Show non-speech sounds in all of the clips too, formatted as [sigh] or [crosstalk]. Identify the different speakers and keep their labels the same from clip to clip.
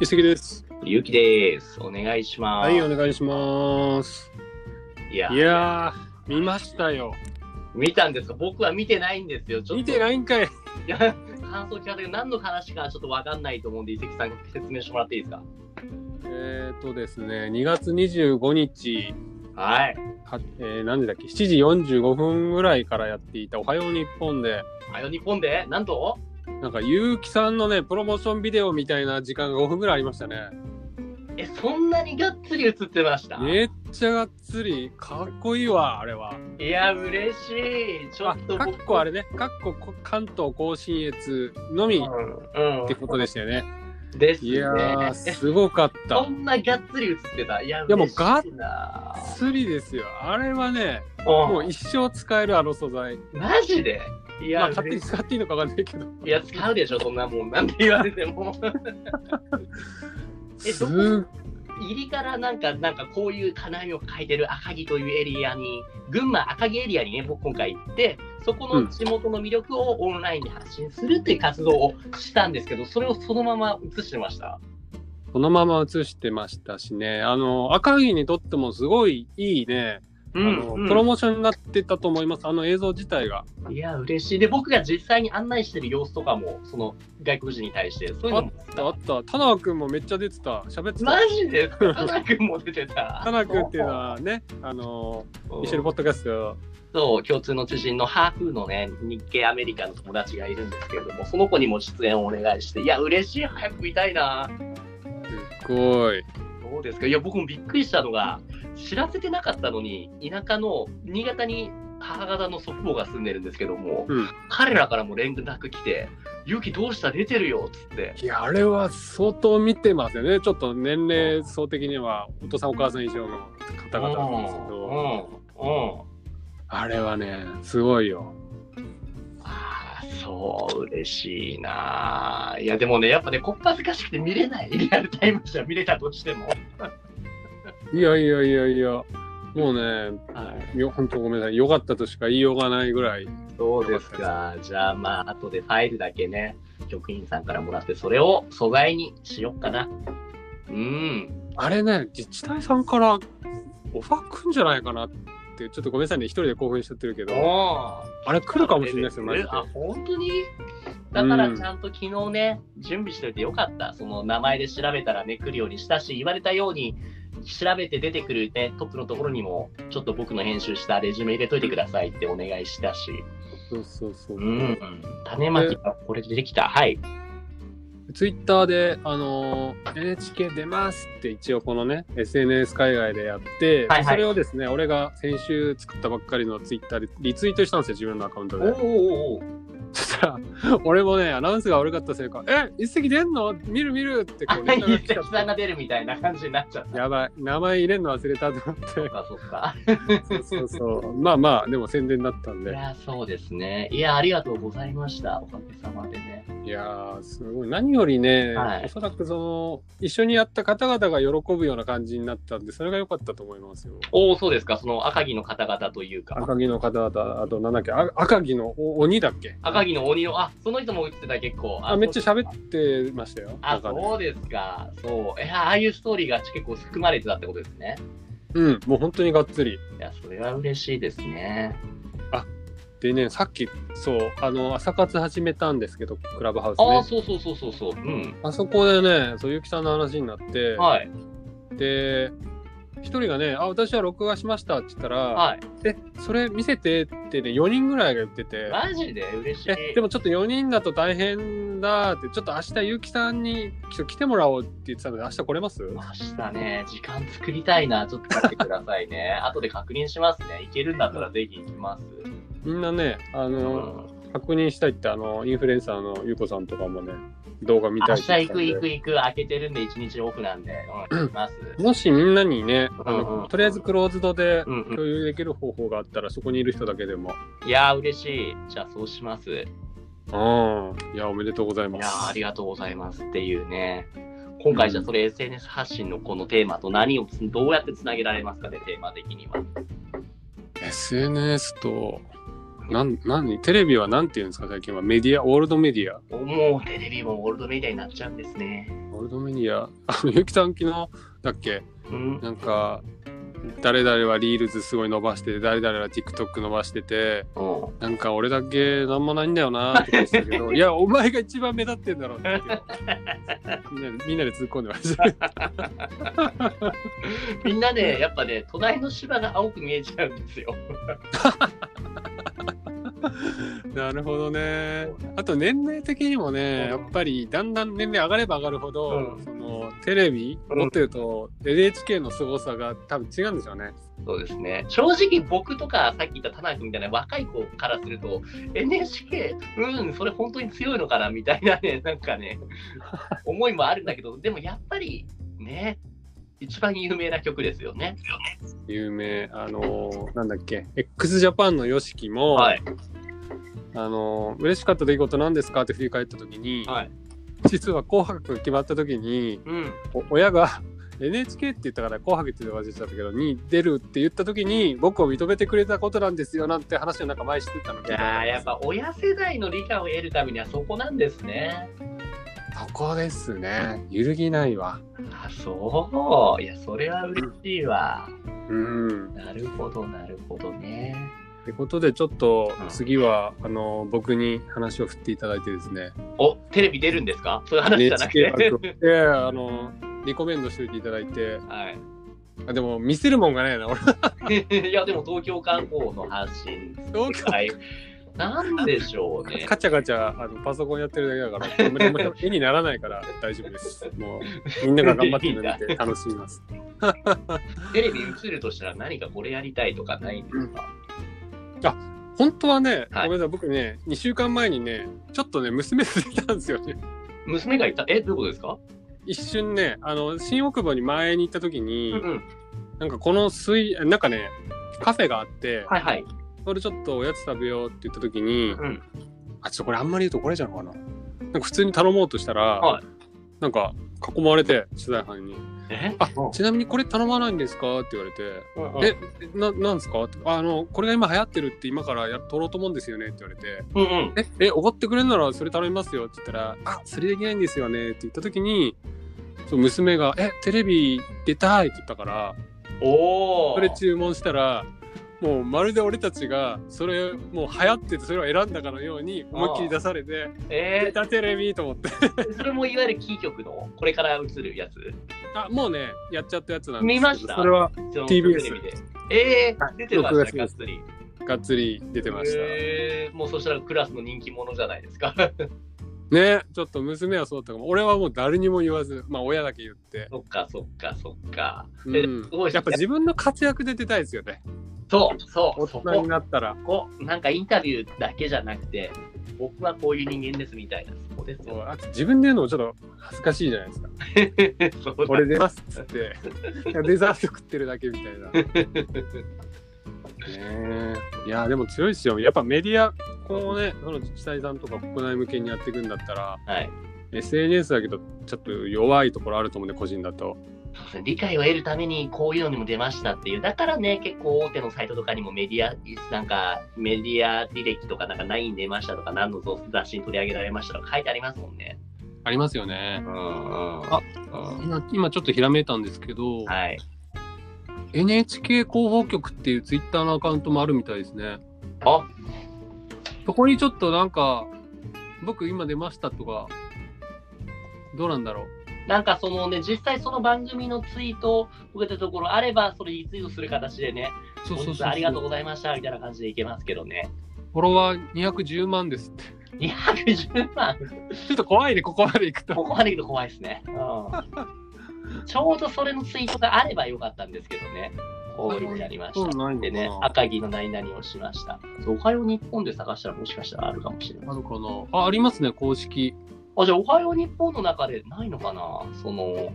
Speaker 1: 一石です。
Speaker 2: ゆうきです。お願いします。
Speaker 1: はい、お願いします。
Speaker 2: いや
Speaker 1: いやー、見ましたよ。
Speaker 2: 見たんですか僕は見てないんですよ。ちょっと
Speaker 1: 見てないんかい。
Speaker 2: いや感想聞かれて何の話かちょっとわかんないと思うんで、伊関さん説明してもらっていいですか
Speaker 1: えっ、ー、とですね、2月25日、
Speaker 2: はい。
Speaker 1: はえー何時だっけ、7時45分ぐらいからやっていたおはよう日本で、
Speaker 2: あよ、日本でなんと
Speaker 1: なんか、ゆうきさんのね、プロモーションビデオみたいな時間が5分ぐらいありましたね。
Speaker 2: え、そんなにがっつり映ってました、
Speaker 1: めっちゃがっつり、かっこいいわ、あれは。
Speaker 2: いや、嬉しい。ちょ
Speaker 1: あ
Speaker 2: っと、
Speaker 1: かっ
Speaker 2: 僕
Speaker 1: こあれね、かっこ関東甲信越のみっ
Speaker 2: うん。うん
Speaker 1: てことでしたよね。
Speaker 2: ですね。
Speaker 1: いやー、すごかった
Speaker 2: そ。んながっつり映ってた。いや、
Speaker 1: いやもう
Speaker 2: 嬉しいな
Speaker 1: 釣りですよ。あれはね、も
Speaker 2: う
Speaker 1: うん一生使えるあの素材。
Speaker 2: マジでい
Speaker 1: まあ
Speaker 2: や、
Speaker 1: 勝手に
Speaker 2: 嬉し
Speaker 1: 使っていいのかわかんないけど。
Speaker 2: いいや、使うでしょ、そんなもん。なんて言われても。え
Speaker 1: す
Speaker 2: どこ入りからなんか、なんかこういう金網を書いてる赤城というエリアに、群馬赤城エリアにね、僕今回行って、そこの地元の魅力をオンラインで発信するっていう活動をしたんですけど、それをそのまま映してました。
Speaker 1: そのまま映してましたしね、あの、赤城にとってもすごいいいね、
Speaker 2: う
Speaker 1: あのプロモーションになってたと思います、あの映像自体が。
Speaker 2: いや、嬉しい。で、僕が実際に案内してる様子とかも、その外国人に対して、そういう
Speaker 1: あ
Speaker 2: の
Speaker 1: っ
Speaker 2: も。
Speaker 1: たあった、田中君もめっちゃ出てた、喋って
Speaker 2: マ
Speaker 1: た。
Speaker 2: ジで [laughs] 田中君も出てた。
Speaker 1: 田中君っていうのはね、あの、
Speaker 2: うん
Speaker 1: 一緒にポッドキャスト
Speaker 2: そう、共通の知人のハーフのね、日系アメリカの友達がいるんですけれども、その子にも出演をお願いして、いや、嬉しい、早く見たいな。
Speaker 1: すごい。
Speaker 2: どうですかいや、僕もびっくりしたのが、知らせてなかったのに、田舎の新潟に母方の祖父母が住んでるんですけども、
Speaker 1: うん
Speaker 2: 彼らからも連絡来て、ゆきどうした出てるよっつって。
Speaker 1: いや、あれは相当見てますよね。ちょっと年齢層的には、お父さんお母さん以上の方々なんですけど。
Speaker 2: うん、うん、うん。
Speaker 1: あれはね、すごいよ。
Speaker 2: ああ、そう、嬉しいな。いや、でもね、やっぱね、こっぱずかしくて見れない、リアルタイムじゃ見れたとしても。
Speaker 1: いやいやいやいや、もうね、
Speaker 2: はい
Speaker 1: よ本当ごめんなさい、良かったとしか言いようがないぐらい。
Speaker 2: そうですか。じゃあまあ、後でファイルだけね、局員さんからもらって、それを素材にしよっかな。うん。
Speaker 1: あれね、自治体さんからオファー来んじゃないかなって、ちょっとごめんなさいね、一人で興奮しちゃってるけど、
Speaker 2: お
Speaker 1: あれ来るかもしれないですよ、マジで。
Speaker 2: あ、本当にだか
Speaker 1: う
Speaker 2: ら
Speaker 1: ん
Speaker 2: ちゃんと昨日ね、準備しておいてよかった。その名前で調べたらね、来るようにしたし、言われたように、調べて出てくるね、トップのところにも、ちょっと僕の編集したレジュメ入れといてくださいってお願いしたし。
Speaker 1: そうそうそうう。
Speaker 2: ん。種まきがこれでできた。はい。
Speaker 1: ツイッターで、あのー NHK 出ますって一応このね、SNS 海外でやって、
Speaker 2: はいはい
Speaker 1: それをですね、俺が先週作ったばっかりのツイッターでリツイートしたんですよ、自分のアカウントで。
Speaker 2: おお
Speaker 1: そしたら、俺もね、アナウンスが悪かったせいか、え、一石出んの見る見るってこ
Speaker 2: あ
Speaker 1: う、ネタが
Speaker 2: 一
Speaker 1: 来ちゃ
Speaker 2: 石
Speaker 1: っ
Speaker 2: さんが
Speaker 1: て
Speaker 2: 出るみたいな感じになっちゃった。
Speaker 1: やばい、名前入れんの忘れたと思
Speaker 2: そっかそっか。
Speaker 1: って、そうそうそう、まあまあ、でも宣伝だったん
Speaker 2: い
Speaker 1: で、
Speaker 2: や、そうですね。いや、ありがとうございました。おかげさまでね。
Speaker 1: いやー、すごい、何よりね、
Speaker 2: はい
Speaker 1: おそらくその、一緒にやった方々が喜ぶような感じになったんで、それが良かったと思いますよ。
Speaker 2: おお、そうですか。その赤城の方々というか、
Speaker 1: 赤城の方々、あと、なんだっけ、あ赤城のお鬼だっけ
Speaker 2: 赤城の鬼の、あ、その人も映ってた結構。
Speaker 1: あ、めっちゃ
Speaker 2: ゃ
Speaker 1: 喋ってましたよ。
Speaker 2: あ、
Speaker 1: 中で
Speaker 2: そうですか。そう。いや、ああいうストーリーが結構含まれてたってことですね。
Speaker 1: うん、もう本当にがっつり。
Speaker 2: いや、それは嬉しいですね。
Speaker 1: でね、さっき、そう、あの、朝活始めたんですけど、クラブハウスね。
Speaker 2: ああ、そうそうそうそうそう。うん。
Speaker 1: あそこでね、そうゆきさんの話になって、
Speaker 2: はい。
Speaker 1: で、一人がね、あ、私は録画しましたって言ったら、
Speaker 2: はい。
Speaker 1: え、それ見せてってね、4人ぐらいが言ってて、
Speaker 2: マジで嬉しい。
Speaker 1: え、でもちょっと4人だと大変だって、ちょっと明日ゆきさんにちょっと来てもらおうって言ってたので、明日来れます
Speaker 2: ましたね。時間作りたいな。ちょっと待ってください
Speaker 1: [laughs]
Speaker 2: ね。後で確認しますね。いけるんだったらぜひ行きます。
Speaker 1: みんなね、あ
Speaker 2: う
Speaker 1: の、
Speaker 2: ん。
Speaker 1: 確認したいって、あの、インフルエンサーのゆうこさんとかもね、動画見た
Speaker 2: 明
Speaker 1: いって
Speaker 2: 日
Speaker 1: 言っ
Speaker 2: 行
Speaker 1: てたん
Speaker 2: く
Speaker 1: で
Speaker 2: 行く行く、開けてるんで1日オフなんで、
Speaker 1: [clears throat]
Speaker 2: うん、行きます。
Speaker 1: もしみんなにね、あ
Speaker 2: うんう
Speaker 1: の
Speaker 2: ん
Speaker 1: とりあえずクローズドで
Speaker 2: うんう
Speaker 1: 共有できる方法があったら、そこにいる人だけでも。
Speaker 2: ん、いやー、嬉しい。じゃあ、そうします。いや
Speaker 1: うん。いや、おめでとうございます。
Speaker 2: ー、ありがとうございますっていうね。今回、じゃあ、それ SNS 発信のこのテーマと何をつどうやってつなげられますかね、テーマ的には。
Speaker 1: SNS と、なん、何テレビはなんて言うんですか、最近は。メディア、オールドメディア。
Speaker 2: もう、テレビもオールドメディアになっちゃうんですね。
Speaker 1: ゴールドメディア、あの、ゆきさん昨日だっけ
Speaker 2: うん、
Speaker 1: なんか、誰々はリールズすごい伸ばしてて、誰々は TikTok 伸ばしてて、
Speaker 2: うん
Speaker 1: なんか俺だけなんもないんだよなって言ってたけ [laughs] ど、いや、お前が一番目立ってんだろうってみんなでみんなで突っ込んでました。 [laughs]
Speaker 2: みんなね、やっぱね、隣の芝が青く見えちゃうんですよ。
Speaker 1: なるほどね。あと年齢的にもね、やっぱりだんだん年齢上がれば上がるほど、
Speaker 2: うん
Speaker 1: そのテレビ
Speaker 2: うん
Speaker 1: 持ってると NHK の凄さが多分違うんでしょうね。
Speaker 2: そうですね。正直僕とかさっき言った田中君みたいな若い子からすると、NHK、うん、それ本当に強いのかなみたいなね、 [laughs] なんかね、思いもあるんだけど、でもやっぱりね、一番有名な曲ですよね。
Speaker 1: 有名、あのーなんだっけ、x ジャパンの YOSHIKI も、
Speaker 2: はい。
Speaker 1: あのー嬉しかった出来事なんですかって振り返った時に、
Speaker 2: はい。
Speaker 1: 実は「紅白」が決まった時に
Speaker 2: うん。
Speaker 1: お親が NHK って言ったから「紅白」って言われてたんだけどに出るって言った時に僕を認めてくれたことなんですよなんて話をなんか前してたの聞
Speaker 2: い
Speaker 1: いたこと
Speaker 2: や
Speaker 1: あ
Speaker 2: ー
Speaker 1: りま
Speaker 2: やっ
Speaker 1: す
Speaker 2: ぱ親世代の理解を得るためにはそこなんですね。
Speaker 1: そこですね揺るぎないわ
Speaker 2: あ、そう。いや、それは嬉しいわ。
Speaker 1: うん
Speaker 2: なるほど、なるほどね。
Speaker 1: ってことでちょっと
Speaker 2: うん
Speaker 1: 次はあの僕に話を振っていただいてですね
Speaker 2: お、テレビ出るんですかそういう話じゃなく
Speaker 1: NHK
Speaker 2: て。
Speaker 1: 枠をええあのリコメンドしておいていただいて
Speaker 2: [laughs] はい。
Speaker 1: あでも見せるもんがないな俺
Speaker 2: [laughs] いや、でも東京観光の発信。
Speaker 1: 東京
Speaker 2: はい。なんでしょうね。
Speaker 1: ガチャガチャあのパソコンやってるだけだからもう絵にならないから大丈夫です。もうみんなが頑張ってるの見て楽しみます。
Speaker 2: テレビ映るとしたら何かこれやりたいとかないんですか、
Speaker 1: 本当はね、
Speaker 2: は
Speaker 1: ごめ
Speaker 2: い
Speaker 1: んなさい、僕ね、2週間前にね、ちょっとね、娘連れたんですよね。
Speaker 2: 娘がいたえ、どういうことですか
Speaker 1: 一瞬ね、あの、新大久保に前に行った時に、
Speaker 2: うんうん。
Speaker 1: なんかこの水、なんかね、カフェがあって、
Speaker 2: はいはい。
Speaker 1: それちょっとおやつ食べようって言った時に、
Speaker 2: うん。
Speaker 1: あ、ちょっとこれあんまり言うとこれじゃんかな。なんか普通に頼もうとしたら、
Speaker 2: はい
Speaker 1: なんか囲まれて、取材班に。
Speaker 2: え
Speaker 1: あちなみにこれ頼まないんですかって言われて、
Speaker 2: うん
Speaker 1: えななんですかってあのこれが今流行ってるって今からや撮ろうと思うんですよねって言われて
Speaker 2: うん
Speaker 1: 「
Speaker 2: うん。
Speaker 1: ええおごってくれるならそれ頼みますよ」って言ったら「あそれできないんですよね」って言った時にそう娘が「えテレビ出たい」って言ったから
Speaker 2: おお。
Speaker 1: それ注文したらもうまるで俺たちがそれもう流行っててそれを選んだかのように思いっきり出されて「
Speaker 2: え
Speaker 1: 出たテレビ」と思って
Speaker 2: ー、それもいわゆるキー局のこれから映るやつ。
Speaker 1: あもうねやっちゃったやつなんですけど
Speaker 2: 見ました
Speaker 1: それは
Speaker 2: その
Speaker 1: TBS
Speaker 2: テレビで。え
Speaker 1: は
Speaker 2: ー、
Speaker 1: い
Speaker 2: 出てまし
Speaker 1: 録
Speaker 2: た、が
Speaker 1: 画
Speaker 2: っ
Speaker 1: し
Speaker 2: つり。
Speaker 1: がっつり出てました。
Speaker 2: えー、もうそしたらクラスの人気者じゃないですか。 [laughs]
Speaker 1: ねちょっと娘はそうだったかも俺はもう誰にも言わずまあ親だけ言って、
Speaker 2: そっかそっかそっか。
Speaker 1: う
Speaker 2: え
Speaker 1: ん
Speaker 2: すごい
Speaker 1: やっぱ自分の活躍で出たいですよね
Speaker 2: そうそ
Speaker 1: 大
Speaker 2: う
Speaker 1: 人
Speaker 2: そこ
Speaker 1: になったら
Speaker 2: こうなんかインタビューだけじゃなくて僕はこういう人間ですみたいなそこです
Speaker 1: そう [laughs]
Speaker 2: よ。
Speaker 1: あと自分で言うのもちょっと恥ずかしいじゃないですか
Speaker 2: そうだ
Speaker 1: 俺出ますっつ
Speaker 2: [laughs]
Speaker 1: っていやデザート食ってるだけみたいなねえいやでも強いですよやっぱメディアこうねその自治体さんとか国内向けにやっていくんだったら
Speaker 2: はい。
Speaker 1: SNS だけどちょっと弱いところあると思うんで個人だと
Speaker 2: そうですね理解を得るためにこういうのにも出ましたっていうだからね結構大手のサイトとかにもメディアなんかメディア履歴とかなんか何に出ましたとか何の雑誌に取り上げられましたとか書いてありますもんね。
Speaker 1: ありますよね
Speaker 2: うんうん。
Speaker 1: あ
Speaker 2: うん
Speaker 1: 今今ちょっとひらめいたんですけど、
Speaker 2: はい。
Speaker 1: NHK 広報局っていうツイッターのアカウントもあるみたいですね。
Speaker 2: あ
Speaker 1: そこにちょっとなんか、僕今出ましたとか、どうなんだろう。
Speaker 2: なんかそのね実際その番組のツイートを受けたところあればそれリツイートする形でね
Speaker 1: そうそうそう
Speaker 2: 本日ありがとうございましたみたいな感じでいけますけどね。
Speaker 1: フォロワー210万ですって。
Speaker 2: 210万、
Speaker 1: [laughs] ちょっと怖いね、ここまで行くと。
Speaker 2: ここまで行くと怖いですね。うん、ちょうどそれのツイートがあればよかったんですけどね。こういうになりまし
Speaker 1: そう
Speaker 2: た。
Speaker 1: ないの
Speaker 2: でね、
Speaker 1: かな。
Speaker 2: 赤木の何々をしました。そうおはよう日本で探したらもしかしたらあるかもしれない。
Speaker 1: あるかな。あ、ありますね、公式。
Speaker 2: あ、じゃあおはよう日本の中でないのかなその、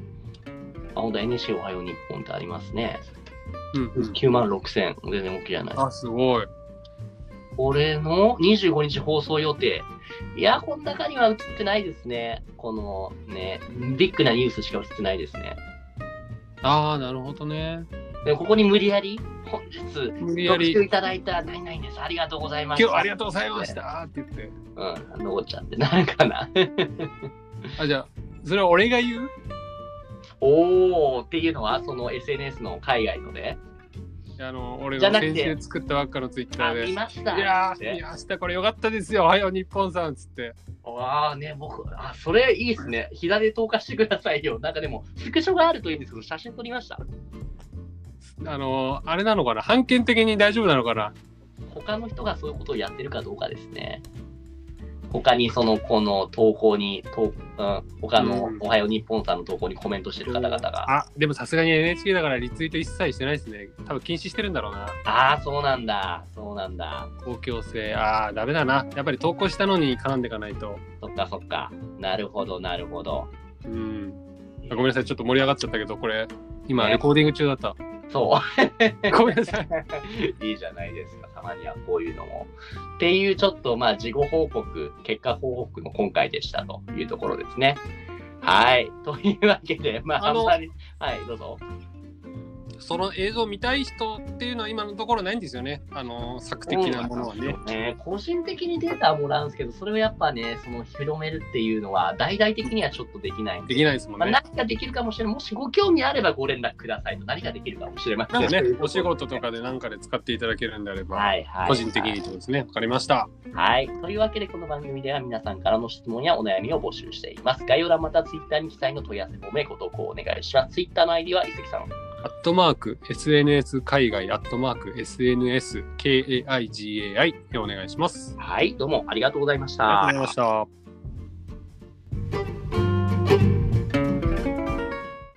Speaker 2: あ、ほんと NHK おはよう日本ってありますね。
Speaker 1: うん、うん。
Speaker 2: 9万6000、全然大きいじゃない
Speaker 1: あ、すごい。
Speaker 2: これの25日放送予定。いや、この中には映ってないですね。このね、ビッグなニュースしか映ってないですね。
Speaker 1: ああ、なるほどね。
Speaker 2: でここに無理やり、本日、
Speaker 1: 無理や
Speaker 2: 読
Speaker 1: り
Speaker 2: 書。いただいた、ないないです。ありがとうございました。
Speaker 1: 今日ありがとうございましたって言って。
Speaker 2: うん、残っちゃって、なるかな。
Speaker 1: あ、じゃあ、それは俺が言う
Speaker 2: [laughs] おーっていうのは、その SNS の海外ので。
Speaker 1: あの俺
Speaker 2: じゃ
Speaker 1: が
Speaker 2: なく
Speaker 1: 先
Speaker 2: て
Speaker 1: 週作ったばっかのツイッタ
Speaker 2: あ、
Speaker 1: ーで。
Speaker 2: 見
Speaker 1: い
Speaker 2: ました。
Speaker 1: や
Speaker 2: っ
Speaker 1: ー、い
Speaker 2: て
Speaker 1: や明日これよかったですよ、おはよう日本さんっつって。
Speaker 2: ああね、僕、あ、それいいですね。左で投下してくださいよ。なんかでも、スクショがあるといいんですけど、写真撮りました。
Speaker 1: あのー、あれなのかな、判権的に大丈夫なのかな。
Speaker 2: 他の人がそういうことをやってるかどうかですね。他にその、この投稿に、とうん、他の
Speaker 1: うん
Speaker 2: おはよう日本さんの投稿にコメントしてる方々が。
Speaker 1: あでもさすがに NHK だからリツイート一切してないですね。多分禁止してるんだろうな。
Speaker 2: ああ、そうなんだ。そうなんだ。
Speaker 1: 公共性。ああ、ダメだな。やっぱり投稿したのに絡んでいかないと。
Speaker 2: そっかそっか。なるほど、なるほど。
Speaker 1: うん。あごめんなさい、ちょっと盛り上がっちゃったけど、これ、今、
Speaker 2: ね
Speaker 1: レコーディング中だ [laughs] った。
Speaker 2: そう。
Speaker 1: ごめんなさい。
Speaker 2: [laughs] いいじゃないですか、たまにはこういうのも。っていう、ちょっとまあ、事後報告、結果報告の今回でしたというところですね。はい。というわけで、まあ、
Speaker 1: あ
Speaker 2: あん
Speaker 1: の
Speaker 2: まり、はい、どうぞ。
Speaker 1: その映像を見たい人っていうのは今のところないんですよね。あのー、作的なものはね。
Speaker 2: ね個人的にデータはもらうんですけど、それをやっぱね、その広めるっていうのは、大々的にはちょっとできないんで
Speaker 1: できないですもん
Speaker 2: まあ、
Speaker 1: ね。
Speaker 2: 何ができるかもしれない。もしご興味あればご連絡くださいと、何ができるかもしれませ
Speaker 1: なんんかね、お仕事とかでなんかで使っていただけるんであれば、
Speaker 2: はいはい、
Speaker 1: 個人的にってことですね。わかりました。
Speaker 2: はい。というわけで、この番組では皆さんからの質問やお悩みを募集しています。概要欄またツイッターに記載の問い合わせフォームへご投稿お願いします。ツイッターの ID は伊関さん。
Speaker 1: アットマーク SNS 海外、アットマーク SNSKAIGAI でお願いします。
Speaker 2: はい。どうもありがとうございまし
Speaker 1: あ
Speaker 2: た
Speaker 1: りがとうございました。